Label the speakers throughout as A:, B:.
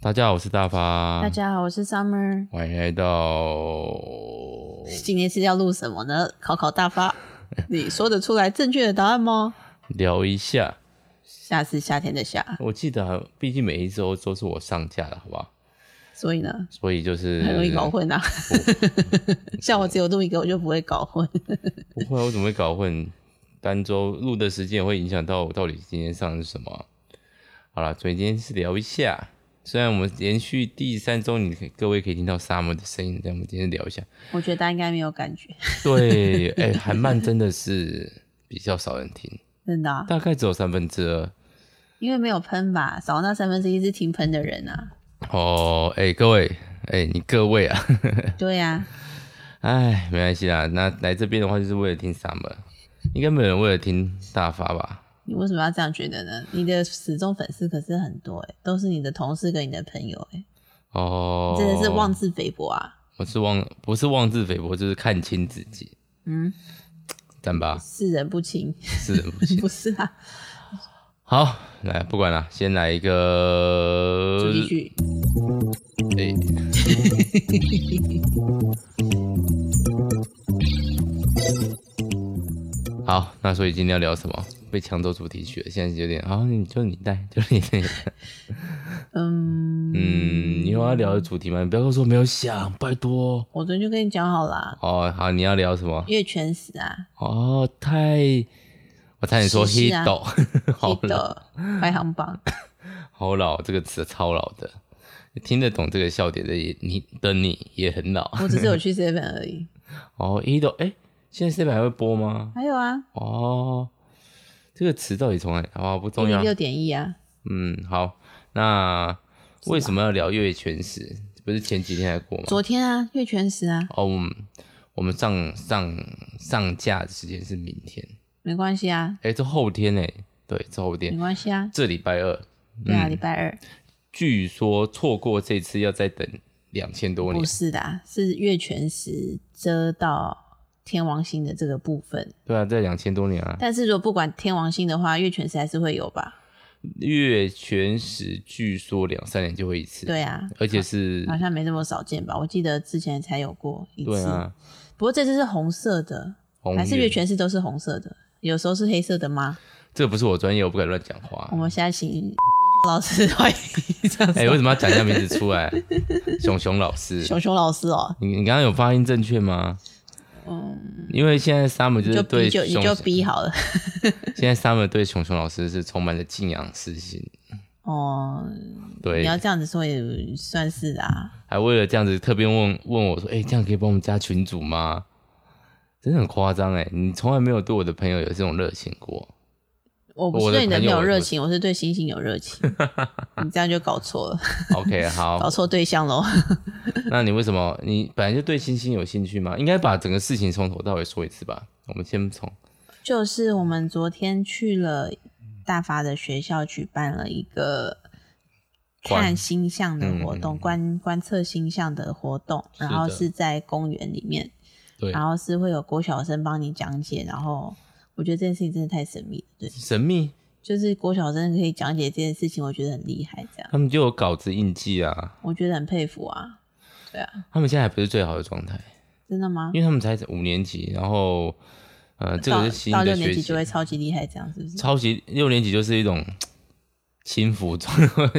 A: 大家好，我是大发。
B: 大家好，我是 Summer。
A: 欢迎来到
B: 今天是要录什么呢？考考大发，你说得出来正确的答案吗？
A: 聊一下。
B: 夏是夏天的夏，
A: 我记得啊，毕竟每一周都是我上架的，好不好？
B: 所以呢，
A: 所以就是
B: 很容易搞混啊。 像我只有录一个，我就不会搞混。
A: 不会啊，我怎么会搞混？单周录的时间会影响到我到底今天上的是什么啊、好了，所以今天是聊一下。虽然我们连续第三周，你可以各位可以听到沙漠的声音，但我们今天聊一下。
B: 我觉得大家应该没有感觉，
A: 对， 哎、韩漫真的是比较少人听，
B: 真的啊、
A: 大概只有三分之二。
B: 因为没有喷吧，少那三分之一是停喷的人啊。
A: 哦，哎、各位，哎、你各位啊，
B: 对呀、
A: 哎，没关系啦。那来这边的话，就是为了听 Summer，应该没有人为了听大发吧？
B: 你为什么要这样觉得呢？你的死忠粉丝可是很多哎、都是你的同事跟你的朋友哎、
A: 哦，
B: 真的是妄，自菲薄啊。
A: 我是妄，不是妄自菲薄，就是看清自己，
B: 嗯，
A: 赞吧，
B: 是人不清，
A: 是人不行。
B: 不是啊，
A: 好，来，不管了，先来一个
B: 主题曲。
A: 哎， 好，那所以今天要聊什么？被抢走主题曲了，现在有点啊，你就你带，就你带。
B: 嗯，
A: 嗯，你有要聊的主题吗？你不要跟我说没有想，拜托。
B: 我昨天就跟你讲好啦，
A: 哦，好，你要聊什么？
B: 月全食啊，
A: 哦，太，我差点说
B: 时
A: hit
B: 事啊
A: o 好老，
B: 记得 排行榜，
A: 好老，这个词超老的。听得懂这个笑点的也你的你也很老
B: 我只是有去 seven 而已。
A: 哦。hit 哎、现在 C 还会播吗？
B: 还有啊，
A: 哦，这个词到底从哪里？哦，不重要。
B: 六点一啊，
A: 嗯，好，那为什么要啊聊月全食？不是前几天才过吗？
B: 昨天啊，月全食啊，
A: 哦，我们我们上上上架的时间是明天，
B: 没关系啊，
A: 哎，这后天哎，对，这后
B: 没
A: 天，
B: 关系啊，
A: 这礼拜二。嗯
B: 对啊，礼拜二
A: 据说错过这次要再等两千多
B: 不
A: 年。
B: 是的啊，是月全食遮到天王星的这个部分，
A: 对啊，在两千多年啊。
B: 但是如果不管天王星的话，月全食还是会有吧？
A: 月全食据说两三年就会一次，，
B: 对啊，
A: 而且是
B: 好像没那么少见吧？我记得之前才有过一
A: 对
B: 次，
A: 啊，
B: 不过这次是红色的，
A: 红
B: 还是月全食都是红色的，有时候是黑色的吗？
A: 这不是我专业，我不敢乱讲话。
B: 我们现在请老师欢迎这样
A: 哎、为什么要讲一下名字出 来？熊熊老师，
B: 熊熊老师哦，
A: 你你刚刚有发音正确吗？嗯，因为现在 Summer 就
B: 你
A: 是
B: 就
A: 对
B: 逼就你
A: 熊，
B: 就逼好了
A: 现在 Summer 对熊熊老师是充满了敬仰之心，
B: 哦。
A: 对
B: 你，要这样子说也算是啊，
A: 还为了这样子特别问问我说，哎、这样可以帮我们加群主吗？真的很夸张哎，你从来没有对我的朋友有这种热情过。
B: 我不
A: 我
B: 是
A: 的
B: 对你的
A: 朋
B: 没
A: 友
B: 有
A: 我
B: 热
A: 不是
B: 情，我是对星星有 热情。你这样就搞错了，
A: OK，好
B: 搞，错对象喽。
A: 那你为什么你本来就对星星有兴趣吗？应该把整个事情从头到尾说一次吧。我们先从
B: 就是我们昨天去了大发的学校，举办了一个
A: 观
B: 看星象的活动，观观测星象的活动，
A: 嗯是
B: 然后
A: 的
B: 是在公园里面。
A: 对
B: 然后是会有国小生帮你讲解，然后我觉得这件事情真的太神秘了，对，
A: 神秘，
B: 就是国小生可以讲解这件事情，我觉得很厉害，这样
A: 他们就有稿子印记啊。
B: 我觉得很佩服啊，
A: 他们现在还不是最好的状态，
B: 真的吗？
A: 因为他们才五年级，然后呃，这
B: 到
A: 个是新
B: 到六
A: 的
B: 年
A: 学
B: 级
A: 期
B: 就，会超级厉害，这样是不是？
A: 超级六年级就是一种轻浮 状，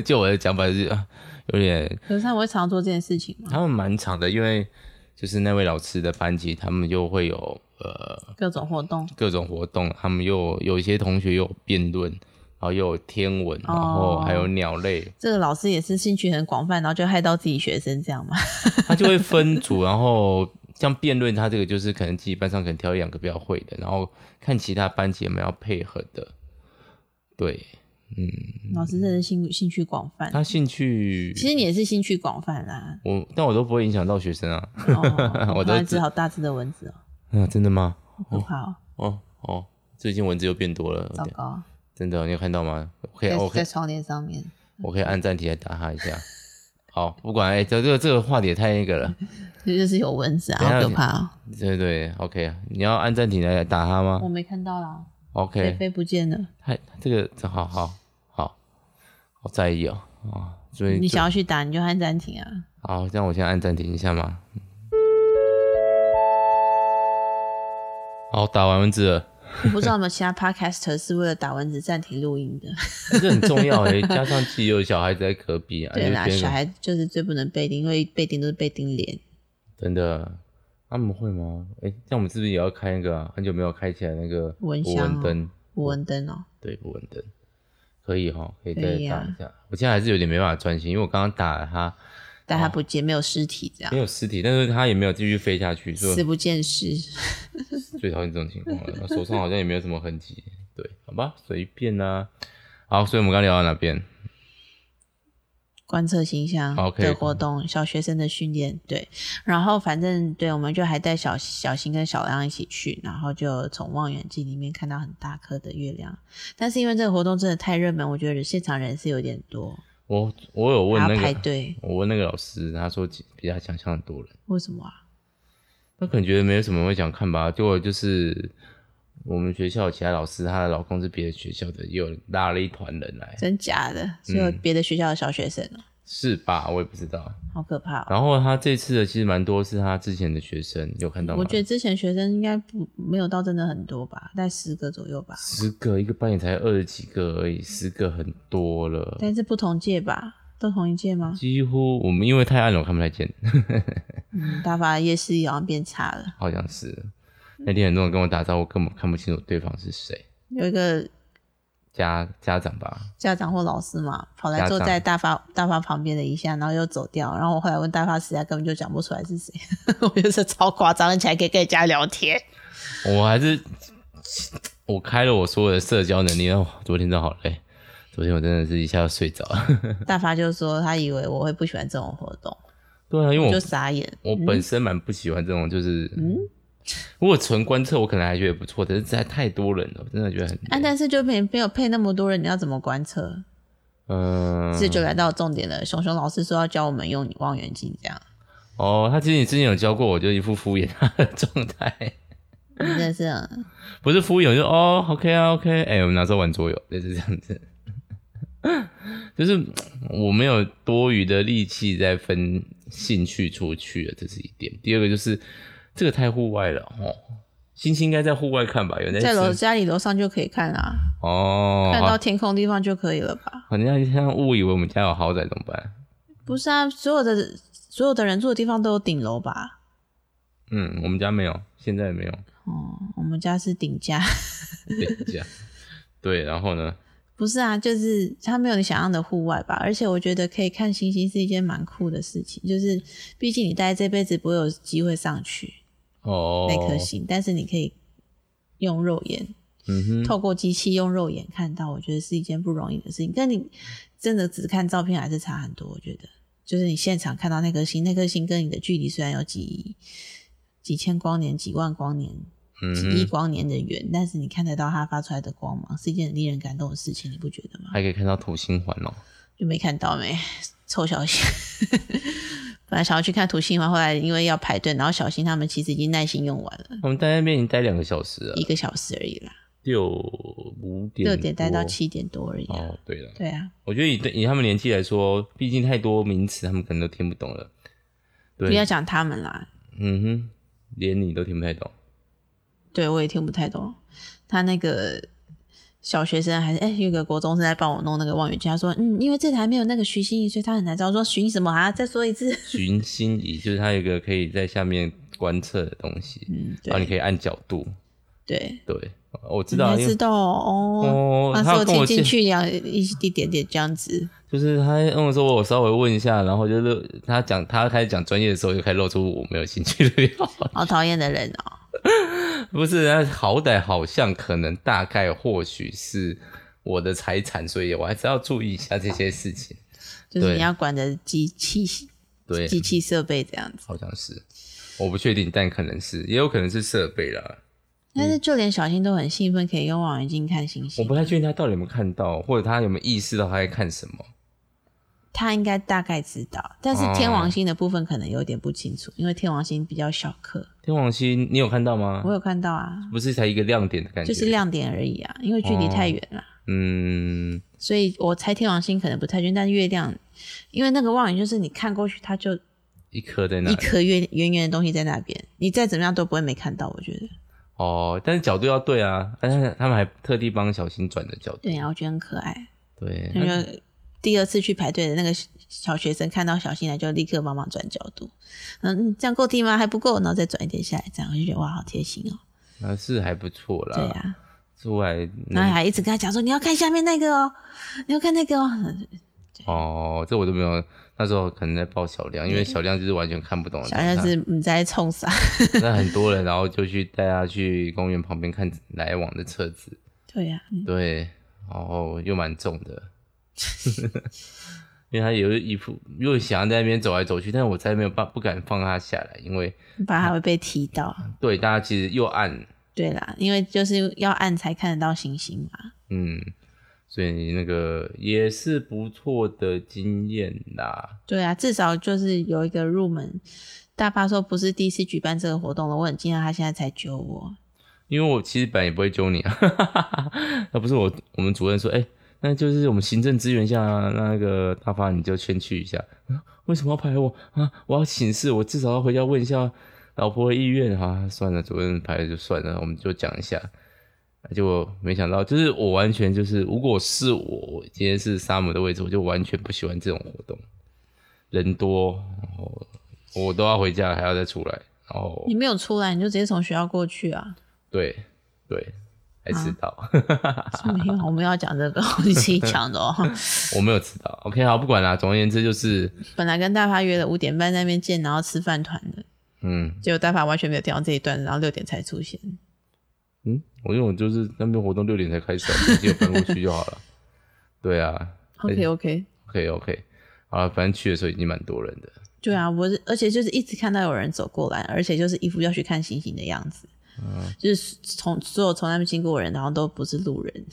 A: 就我的讲法就是啊有点，
B: 可是他们会常做这件事情吗？
A: 他们蛮长的，因为就是那位老师的班级，他们又会有呃
B: 各种活动，
A: 各种活动，他们又有一些同学又有辩论，然后又有天文，
B: 哦
A: 然后还有鸟类，
B: 这个老师也是兴趣很广泛，然后就害到自己学生这样嘛？
A: 他就会分组，然后像辩论，他这个就是可能自己班上可能挑一两个比较会的，然后看其他班级有没有要配合的。对
B: 老师真的是兴兴趣广泛，
A: 他兴趣，。
B: 其实你也是兴趣广泛 啦
A: 我但我都不会影响到学生啊。
B: 哦，
A: 我
B: 我
A: 都
B: 突然只好大字的文字哦，
A: 啊，真的吗？
B: 好可怕哦，
A: 哦哦，最近文字又变多了，
B: 糟糕，
A: 真的，你有看到吗？我可以，
B: 在
A: 我可
B: 在
A: 以，
B: 窗帘上面。
A: 我可以按暂停来打他一下。 好，不管哎、这这个这个话题也太那个 了，
B: 这就是有蚊子啊，
A: 等一
B: 好
A: 下
B: 可怕哦！
A: 对对，OK，你要按暂停来打他吗
B: 我没看到啦，菲
A: ？OK，
B: 菲不见了，
A: 太这个这好好好好在意哦。啊，所以
B: 你想要去打，你就按暂停啊。
A: 好，这样我先按暂停一下嘛。好，打完蚊子了，
B: 我不知道有没有其他 podcaster 是为了打蚊子暂停录音的。
A: 欸这很重要诶、加上自己有小孩子在隔壁啊，
B: 对啦，
A: 就是边
B: 小孩就是最不能被叮，因为被叮都是被叮脸。
A: 真的，他们会吗？哎、这样我们是不是也要开那个、啊、很久没有开起来那个
B: 蚊
A: 博
B: 香
A: 文
B: 哦
A: 灯？
B: 我蚊灯哦，
A: 对，博文灯可以哈，可以再
B: 可
A: 打一
B: 以
A: 下。
B: 啊
A: 我现在还是有点没办法专心，因为我刚刚打了它，
B: 但
A: 哦
B: 它不见，没有尸体这样
A: 没，有尸体，但是它也没有继续飞下去，所以
B: 死不见尸。
A: 我最讨厌这种情况了。 然后手上好像也没有什么痕迹，对，好吧，随便啦、好，所以我们刚聊到哪边？
B: 观测形象
A: OK
B: 的活动，小学生的训练，对，然后反正对，我们就还带小小新跟小亮一起去，然后就从望远镜里面看到很大颗的月亮，但是因为这个活动真的太热门，我觉得现场人是有点多，
A: 我我有问
B: 还
A: 那
B: 要排
A: 个，
B: 队，
A: 我问那个老师，他说比他想象的多人。
B: 为什么啊？
A: 那可能觉得没有什么人会想看吧，结果就是我们学校有其他老师，她的老公是别的学校的，也有拉了一团人来，
B: 真假的？是
A: 嗯
B: 有别的学校的小学生哦、
A: 是吧？我也不知道。
B: 好可怕哦、
A: 然后他这次的其实蛮多是他之前的学生，有看到吗？
B: 我觉得之前学生应该不没有到真的很多吧，在十个左右吧，
A: 十个一个班也才二十几个而已，十个很多了，
B: 但是不同届吧，都同一届吗？
A: 几乎我们因为太暗了，我看不太见，
B: 嗯，大发夜视力好像变差了。
A: 好像是。那天很多人跟我打招呼，我根本看不清楚对方是谁，
B: 有一个
A: 家家长吧，
B: 家长或老师嘛，跑来
A: 家
B: 坐
A: 长
B: 在大发大发旁边的一下，然后又走掉。然后我后来问大发实在根本就讲不出来是谁， 我觉得这超夸张，而且还可以跟人家聊天。
A: 我还是我开了我所有的社交能力，然后昨天真的好累，昨天我真的是一下就睡着了。
B: 大发就说他以为我会不喜欢这种活动，
A: 对啊，因为
B: 就嗯
A: 我
B: 傻眼。
A: 我本身蛮不喜欢这种，就是嗯，如果纯观测，我可能还觉得不错，但是实在太多人了，我真的觉得很
B: 啊，但是就没没有配那么多人，你要怎么观测？
A: 嗯、
B: 这就来到重点了。熊熊老师说要教我们用望远镜，这样
A: 哦，他其实你之前有教过我，就一副敷衍他的状态，
B: 你真的是很
A: 不是敷衍，我就哦，OK 啊，OK，哎、我们哪时候玩桌游？就是这样子。就是我没有多余的力气再分兴趣出去了，这是一点。第二个就是这个太户外了哦，星星应该在户外看吧？有人
B: 在楼
A: 吃
B: 家里楼上就可以看啊，
A: 哦，
B: 看
A: 好
B: 到天空的地方就可以了吧？
A: 好像像误以为我们家有豪宅怎么办？
B: 不是啊，所有的所有的人住的地方都有顶楼吧？
A: 嗯，我们家没有，现在没有，
B: 哦，我们家是顶家，
A: 对这样对，然后呢？
B: 不是啊，就是它没有你想象的户外吧。而且我觉得可以看星星是一件蛮酷的事情，就是毕竟你大概这辈子不会有机会上去
A: 哦，
B: 那颗星，但是你可以用肉眼
A: 嗯哼，
B: 透过机器用肉眼看到，我觉得是一件不容易的事情。跟你真的只看照片还是差很多，我觉得。就是你现场看到那颗星，那颗星跟你的距离虽然有几几千光年、几万光年，
A: 嗯
B: 几亿
A: 哼，
B: 光年的远，但是你看得到它发出来的光芒，是一件很令人感动的事情，你不觉得吗？
A: 还可以看到土星环哦。
B: 就没看到没， 臭小新。 本来想要去看土星环，后来因为要排队，然后小新他们其实已经耐心用完了，
A: 我们待在那边已经待两个小时了
B: 一，个小时而已啦，
A: 六五点
B: 六点待到
A: 多
B: 七点多而已啊、
A: 哦，对了，
B: 对啊，
A: 我觉得以对以他们年纪来说，毕竟太多名词，他们可能都听不懂了。对
B: 不要讲他们啦，
A: 嗯哼，连你都听不太懂。
B: 对我也听不太懂。他那个小学生还是哎、有一个国中生在帮我弄那个望远镜，他说嗯，因为这台没有那个徐心怡，所以他很难找。我说寻什么啊？再说一
A: 嗯
B: 次。
A: 寻星仪就是它有一个可以在下面观测的东西，
B: 嗯，
A: 然后啊你
B: 对
A: 可以按角度。
B: 对，
A: 对，我知
B: 你
A: 道，啊
B: 还
A: 因
B: 知
A: 为
B: 道哦。
A: 哦，
B: 那时
A: 他
B: 候
A: 有跟
B: 听
A: 我
B: 进
A: 介
B: 去两一一点点这样子，
A: 就是他跟我说，我稍微问一下，然后就是他讲他开始讲专业的时候，就开始露出我没有兴趣的表情。
B: 好讨厌的人哦。
A: 不是，他好歹好像可能大概或许是我的财产，所以我还是要注意一下这些事情。
B: 就是
A: 对
B: 你要管着机器
A: 对，
B: 机器设备这样子。
A: 好像是，我不确定，但可能是，也有可能是设备啦。
B: 但是就连小新都很兴奋，可以用望远镜看星
A: 嗯我
B: 星
A: 不。太确定他到底有没有看到，或者他有没有意识到他在看什么。
B: 他应该大概知道，但是
A: 哦
B: 天王星的部分可能有点不清楚，因为天王星比较小颗。
A: 天王星，你有看到吗
B: 我？有看到啊，
A: 不是才一个亮点的感觉，哦
B: 就是亮点而已啊，因为距离太远了。
A: 嗯，
B: 所以我猜天王星可能不太确定，但月亮，因为那个望远就是你看过去，它就
A: 一颗在那
B: 一
A: 里
B: 颗圆圆圆的东西在那边，你再怎么样都不会没看到。我觉得，
A: 哦，但是角度要对啊，但是他们还特地帮小新转的角度，
B: 对啊呀、我觉得很可爱。
A: 对，
B: 那就第二次去排队的那个小小学生看到小新来，就立刻帮忙转角度，嗯，这样够低吗？还不够，然后再转一点下来，这样我就觉得哇，好贴心哦。
A: 那是啊还不错啦。
B: 对呀、
A: 出来
B: 然后还一直跟他讲说你要看下面那个哦，你要看那个哦，
A: 哦，这我都没有，那时候可能在报小亮，因为小亮就是完全看不懂的
B: 小孩
A: 那
B: 子你在冲啥？
A: 那很多人，然后就去带他去公园旁边看来往的车子，
B: 对呀、嗯
A: 对，然后又蛮重的， 因为他有一副又想要在那边走来走去，但是我才没有办不敢放他下来，因为
B: 不然还会被踢到。
A: 对大家其实又暗，
B: 对啦，因为就是要暗才看得到星星嘛。
A: 嗯，所以那个也是不错的经验啦。
B: 对啊，至少就是有一个入门。大巴说不是第一次举办这个活动了，我很惊讶他现在才揪我。
A: 因为我其实本来也不会揪你啊， 那不是我我们主任说，哎、那就是我们行政支援下那个大发你就先去一下，啊为什么要排我啊？我要请示，我至少要回家问一下老婆的意愿啊。算了，主任排了就算了，我们就讲一下。结果没想到，就是我完全就是，如果是我，我今天是沙姆的位置，我就完全不喜欢这种活动，人多，然后我都要回家，还要再出来，然后
B: 你没有出来，你就直接从学校过去啊？
A: 对对，还迟到。
B: 是没有，我们要讲这个，你自己讲的哦。
A: 我没有迟到。OK，好，不管啦。总而言之就是，
B: 本来跟大发约了五点半在那边见，然后吃饭团的，
A: 嗯
B: 结果大发完全没有听到这一段，然后六点才出现。
A: 嗯，我因为我就是那边活动六点才开始啊，我直接有搬过去就好了。 对啊
B: OK OK，
A: ，OK OK，啊，反正去的时候已经蛮多人的。
B: 对啊，我是而且就是一直看到有人走过来，而且就是一副要去看星星的样子。就是从所有从那边经过的人，然后都不是路人，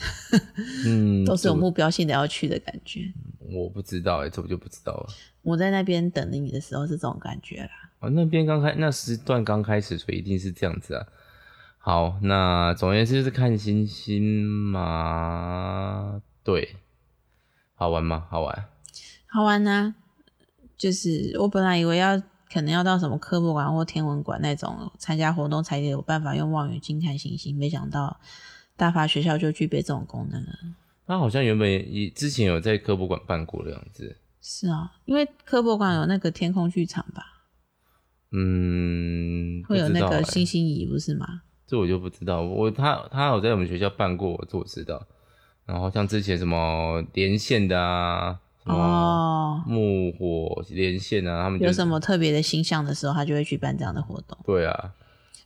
A: 嗯，
B: 都是
A: 这
B: 有
A: 我
B: 目标性的要去的感觉。
A: 我不知道哎、这我就不知道了。
B: 我在那边等你的时候是这种感觉啦。
A: 啊，那边刚开那时段刚开始，所以一定是这样子啊。好，那总而言之就是看星星嘛，对，好玩吗？好玩。
B: 好玩啊！就是我本来以为要可能要到什么科博馆或天文馆那种参加活动才有办法用望远镜看星星，没想到大发学校就具备这种功能了。
A: 他好像原本以之前有在科博馆办过的样子，
B: 是啊、因为科博馆有那个天空剧场吧，
A: 嗯，
B: 会有
A: 不知
B: 那
A: 道
B: 个
A: 欸
B: 星星仪，不是吗？
A: 这我就不知道。我他他有在我们学校办过，这我知道。然后像之前什么连线的啊，什么
B: 哦，
A: 木火连线啊，他们就是
B: 有什么特别的星象的时候，他就会举办这样的活动。
A: 对啊，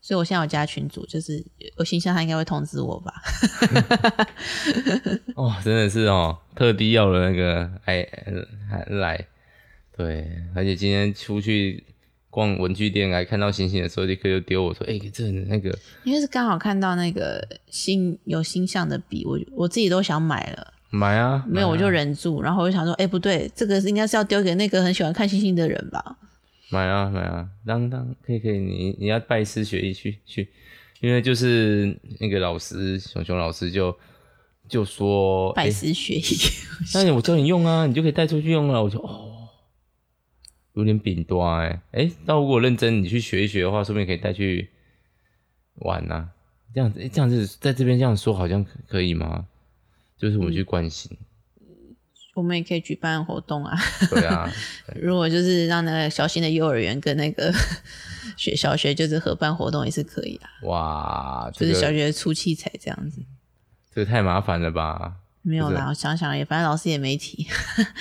B: 所以我现在有加群组，就是呃我心想他应该会通知我吧。
A: 哦，真的是哦，特地要了那个哎还来，对，而且今天出去逛文具店，还看到星星的时候，立刻就丢我说，哎、这人那个，
B: 因为是刚好看到那个星有星象的笔，我我自己都想买了，
A: 买啊，
B: 没有
A: 买啊
B: 我就忍住，然后我就想说，哎、不对，这个是应该是要丢给那个很喜欢看星星的人吧？
A: 买啊买啊，当当可以可以，你你要拜师学艺去去，因为就是那个老师熊熊老师就就说，
B: 拜
A: 诶
B: 师学艺，
A: 那、我教你用啊，你就可以带出去用了。我就哦，有点饼多哎、哎、那如果认真你去学一学的话，说不定可以带去玩啊。这样子、诶这样子在这边这样说好像可可以吗？就是我们去关 心，
B: 我们也可以举办活动啊。
A: 对啊，
B: 如果就是让那个小新的幼儿园跟那个 学小学就是合办活动也是可以啊，
A: 哇，
B: 就
A: 这
B: 是小
A: 个
B: 学初期才这样子。
A: 这个太麻烦了吧？
B: 没有
A: 不
B: 啦，我想想也，反正老师也没提。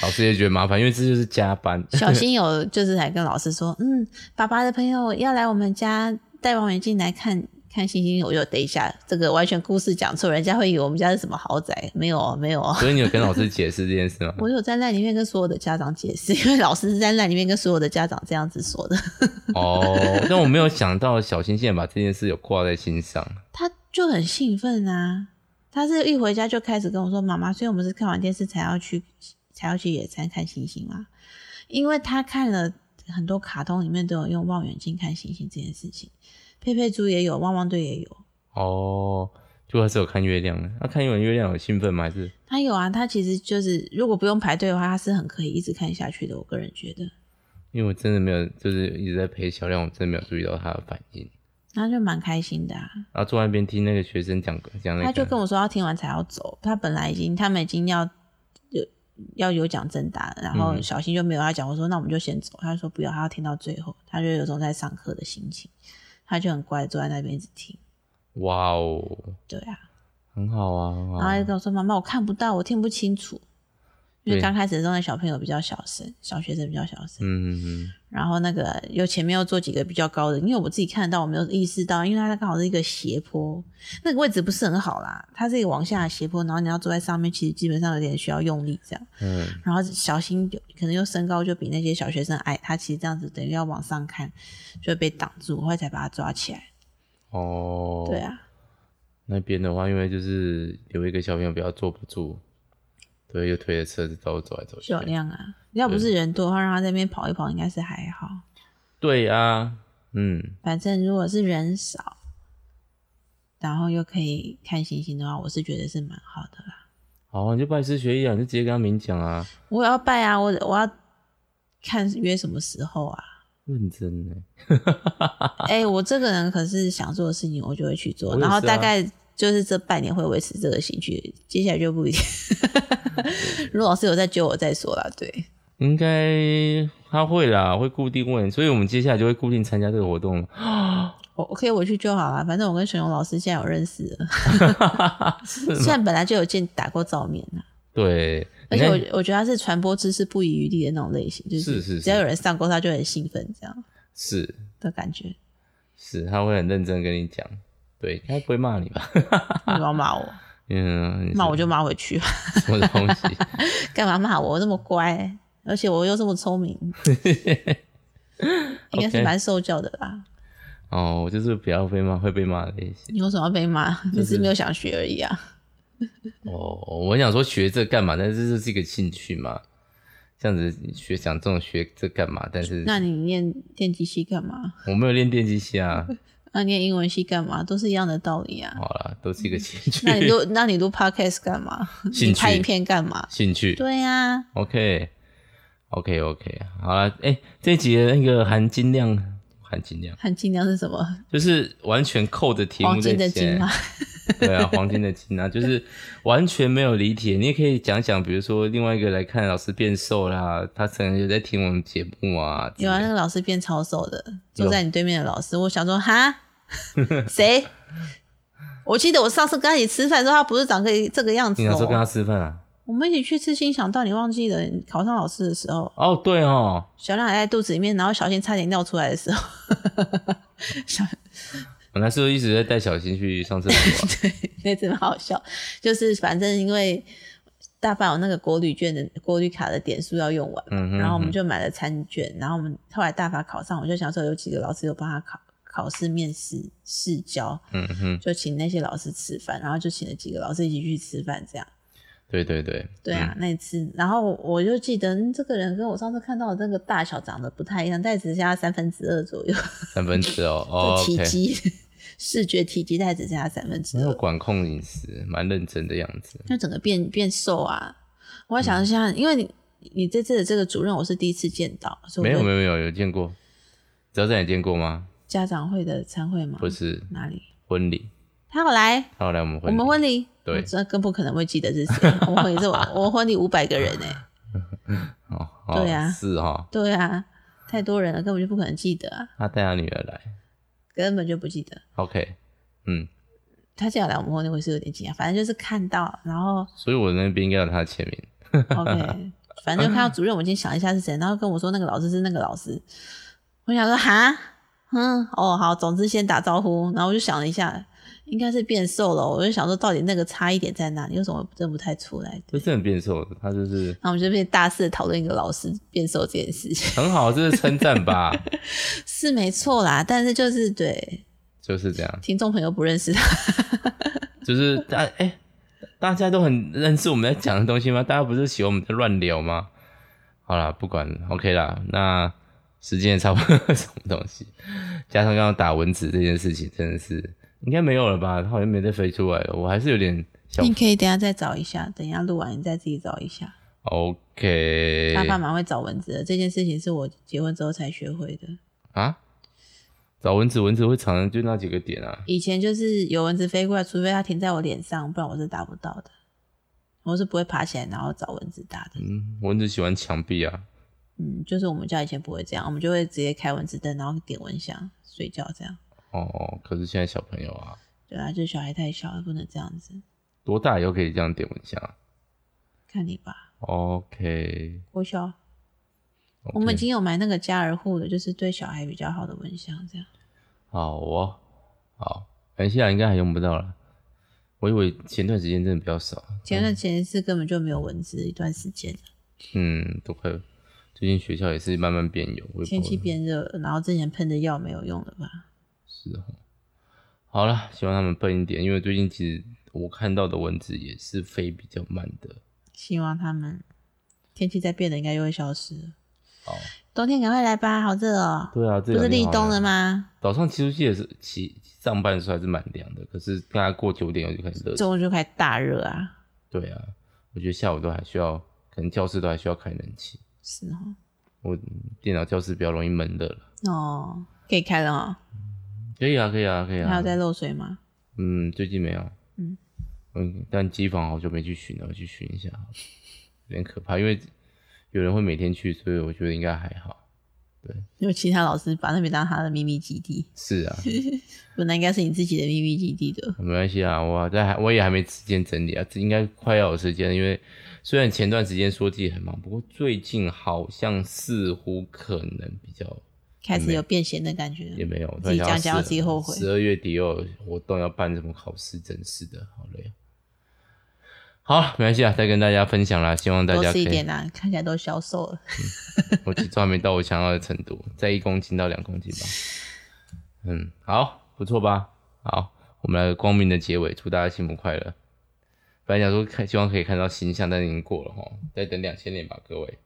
A: 老师也觉得麻烦，因为这就是加班。
B: 小新有就是还跟老师说，嗯，爸爸的朋友要来我们家带望远镜来看看星星，我就等一下，这个完全故事讲错，人家会以为我们家是什么豪宅，没有哦没有哦。
A: 所以你有跟老师解释这件事吗？
B: 我有在那里面跟所有的家长解释，因为老师是在那里面跟所有的家长这样子说的。
A: 哦，但我没有想到小新现在把这件事有挂在心上。
B: 他就很兴奋啊，他是一回家就开始跟我说：“妈妈，所以我们是看完电视才要去，才要去野餐看星星嘛。”因为他看了很多卡通，里面都有用望远镜看星星这件事情，佩佩猪也有，汪汪队也有，
A: 哦，就他只有看月亮呢。他、看完月亮有兴奋吗？还是
B: 他有啊，他其实就是如果不用排队的话，他是很可以一直看下去的。我个人觉得，
A: 因为我真的没有，就是一直在陪小亮，我真的没有注意到他的反应。
B: 他就蛮开心的啊。
A: 然后坐在那边听那个学生讲讲那个，
B: 他就跟我说要听完才要走，他本来已经他们已经要有要有奖征答了，然后
A: 嗯
B: 小新就没有要讲，我说那我们就先走，他说不要，他要听到最后，他就有种在上课的心情，他就很乖地坐在那边一直听，
A: 哇哦，
B: 对啊，
A: 很好啊，很好
B: 然后
A: 啊
B: 他就跟我说妈妈我看不到，我听不清楚，因为
A: 对
B: 刚开始的时候那小朋友比较小声，小学生比较小声，
A: 嗯嗯嗯，
B: 然后那个又前面又做几个比较高的，因为我自己看得到，我没有意识到，因为它刚好是一个斜坡，那个位置不是很好啦，它是一个往下的斜坡，然后你要坐在上面，其实基本上有点需要用力这样。
A: 嗯，
B: 然后小新有可能又身高就比那些小学生矮，他其实这样子等于要往上看，就被挡住，后来才把他抓起来。
A: 哦，
B: 对，啊，
A: 那边的话，因为就是有一个小朋友比较坐不住，对，又推着车子到处走来走去
B: 小。亮啊，要不是人多的话，让他在那边跑一跑，应该是还好。
A: 对啊，嗯，
B: 反正如果是人少，然后又可以看星星的话，我是觉得是蛮好的啦。
A: 好啊，你就拜师学艺啊，你就直接跟他明讲啊，
B: 我要拜啊，我我要看约什么时候 啊？
A: 认真呢。
B: 哎、我这个人可是想做的事情，我就会去做，
A: 我也是啊
B: 然后大概就是这半年会维持这个兴趣，接下来就不 一定。如果老师有在揪我再说啦，对，
A: 应该他会啦，会固定问，所以我们接下来就会固定参加这个活动了。
B: 我我可以我去揪好了，反正我跟沈荣老师现在有认识了，
A: 是
B: 现在本来就有见打过照面啦。
A: 对，
B: 而
A: 你
B: 且
A: 看
B: 我我觉得他是传播知识不遗余力的那种类型，就
A: 是
B: 是
A: 是
B: 只要有人上钩，他就很兴奋这样
A: 是
B: 的 感觉。
A: 是，他会很认真跟你讲，对，他不会骂你吧？
B: 你不要骂我，
A: 嗯，你
B: 骂
A: 是
B: 我就骂回去。
A: 什么东西？
B: 干嘛骂我？我那么乖，而且我又这么聪 明，应该是
A: OK
B: 蛮受教的啦。
A: 哦，我就是比较被骂，会被骂的类型。
B: 你为什么要被骂？你是没有想学而已啊。
A: 哦，我想说学这干嘛？但是这是一个兴趣嘛，这样子学想这种学这干嘛？但是
B: 那你念电机系干嘛？
A: 我没有练电机系啊。
B: 那你念英文系干嘛？都是一样的道理啊。
A: 好啦，都是一个兴趣
B: 那，你录那你录 podcast 干嘛？
A: 兴趣
B: 你拍影片干嘛？
A: 兴趣。
B: 对呀、啊，
A: OK OK OK，好了，哎、这一集的那个含金量，含金量
B: 含金量是什么？
A: 就是完全扣的题目
B: 黄
A: 在
B: 金的金
A: 前
B: 吗？
A: 对啊，黄金的金啊，就是完全没有离题。你也可以讲讲，比如说另外一个来看老师变瘦啦，他可能有在听我们节目啊之类
B: 有啊，那
A: 的。
B: 个老师变超瘦的，坐在你对面的老师，我想 说哈，谁？我记得我上次跟他一起吃饭的时候，他不是长个这个样子
A: 你
B: 哦、
A: 想说跟他吃饭啊？
B: 我们一起去吃新想到你忘记了你考上老师的时候，
A: 哦，对哦，
B: 小亮还在肚子里面，然后小新差点尿出来的时候， 小。
A: 本来是不是一直在带小新去上厕所、啊
B: 对那次蛮好笑，就是反正因为大阪有那个国旅券的国旅卡的点数要用完，
A: 嗯哼，
B: 然后我们
A: 嗯
B: 就买了餐券，然后我们后来大法考上，我就想说有几个老师有帮他考考试面试试教，
A: 嗯哼，
B: 就请那些老师吃饭，然后就请了几个老师一起去吃饭，这样。
A: 对对对，嗯
B: 对啊，那一次，然后我就记得嗯这个人跟我上次看到的那个大小长得不太一样，但只剩下三分之二左右
A: 嗯，三分之哦，哦
B: 的体
A: ，OK，
B: 积， 视觉体积但只剩下三分之
A: 没有
B: 二，
A: 管控饮食，蛮认真的样子。
B: 就整个变变瘦啊。我还
A: 嗯
B: 想一下，因为你你这次的这个主任我是第一次见到，所以
A: 没
B: 我
A: 有
B: 就
A: 没有没有，有见过。知道在哪见过吗？
B: 家长会的参会吗？
A: 不是
B: 哪里？
A: 婚礼，
B: 他有来
A: 他要来我们
B: 我
A: 婚礼。
B: 们婚礼，
A: 对
B: 我真的更不可能会记得是谁。我婚礼是我我婚礼五百个人哎、
A: 哦，哦
B: 对啊
A: 是哦，
B: 对啊，太多人了，根本就不可能记得啊，
A: 他带他女儿来。
B: 根本就不记得。
A: OK，嗯，
B: 他进来我们婚礼，我是有点惊讶，反正就是看到，然后
A: 所以我那边应该有他的签名。
B: OK，反正就看到主任，我已经想一下是谁，然后跟我说那个老师是那个老师，我想说哈，嗯，哦好，总之先打招呼，然后我就想了一下，应该是变瘦了，哦我就想说到底那个差异点在哪里，为什么认不太出来？
A: 这是很变瘦的，他就是
B: 然后我们就被大肆地讨论一个老师变瘦这件事情，
A: 很好，这是称赞吧？
B: 是没错啦，但是就是对
A: 就是这样，
B: 听众朋友不认识他，
A: 就是大哎、大家都很认识我们在讲的东西吗？大家不是喜欢我们在乱聊吗？好啦，不管了，OK 啦，那时间也差不多什么东西，加上刚刚打蚊子这件事情，真的是应该没有了吧？它好像没再飞出来了，我还是有点小
B: 你可以等一下再找一下，等一下录完你再自己找一下。
A: OK
B: 他爸蛮会找蚊子的，这件事情是我结婚之后才学会的。
A: 啊。找蚊子，蚊子会常常就那几个点啊。
B: 以前就是有蚊子飞过来，除非它停在我脸上，不然我是打不到的。我是不会爬起来然后找蚊子打的。
A: 嗯，蚊子喜欢墙壁啊。
B: 嗯，就是我们家以前不会这样，我们就会直接开蚊子灯，然后点蚊香睡觉这样。
A: 哦，可是现在小朋友啊，
B: 对啊，就是小孩太小了，不能这样子。
A: 多大以后可以这样点蚊香啊
B: 看你吧，
A: ？OK，,
B: 国小
A: o
B: 我们已经有买那个家儿护的，就是对小孩比较好的蚊香这样。
A: 好哦，好，等一下应该还用不到了。我以为前段时间真的比较少，
B: 前段前一次根本就没有蚊子一段时间，
A: 嗯，都快最近学校也是慢慢变有，我也不
B: 天气
A: 知道
B: 变热了，然后之前喷的药没有用了吧？
A: 是哦。好了，希望他们笨一点，因为最近其实我看到的蚊子也是飞比较慢的。
B: 希望他们天气再变的应该就会消失了。
A: 哦，
B: 冬天赶快来吧，好热哦、
A: 对啊，这
B: 不是
A: 两天
B: 立
A: 好
B: 冬
A: 像
B: 了？吗？
A: 早上骑出去也是骑上班的时候还是蛮凉的，可是大概过九点我就开始热起来。
B: 中午就开始大热啊，
A: 对啊，我觉得下午都还需要，可能教室都还需要开冷气。
B: 是哦。
A: 我电脑教室比较容易闷热了。
B: 哦，可以开了哦。
A: 可以啊，可以啊，可以
B: 还有
A: 啊。
B: 在漏水吗？
A: 嗯，最近没有。
B: 嗯
A: 嗯，但机房好久没去巡了，我去巡一下好了，有点可怕，因为有人会每天去，所以我觉得应该还好。
B: 有其他老师把那边当他的秘密基地，
A: 是 啊，
B: 本来应该是你自己的秘密基地的。
A: 没关系啊，我在还我也还没时间整理啊，这应该快要有时间了，因为虽然前段时间说自己很忙，不过最近好像似乎可能比较
B: 开始有变闲的感觉了
A: 也没有，
B: 自己讲讲要自己后悔。
A: 十二月底又有活动要办什么考试，真是的，好累啊。好，没关系啊，再跟大家分享啦，希望大
B: 多
A: 家可
B: 吃一
A: 以。
B: 点啦、看起来都消瘦了。
A: 我体重还没到我想要的程度，在一公斤到两公斤吧。嗯，好，不错吧？好，我们来个光明的结尾，祝大家幸福快乐。本来想说看，希望可以看到形象，但是已经过了哈，再等两千年吧，各位。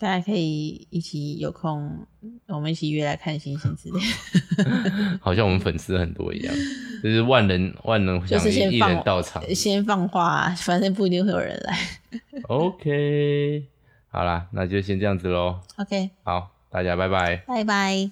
B: 大家可以一起有空，我们一起约来看星星之类的。
A: 好像我们粉丝很多一样，就是万人万人响
B: 就是先
A: 应，一
B: 放
A: 人到场。
B: 先放话、啊反正不一定会有人来。
A: OK，好啦，那就先这样子喽。
B: OK，
A: 好，大家拜拜。
B: 拜拜。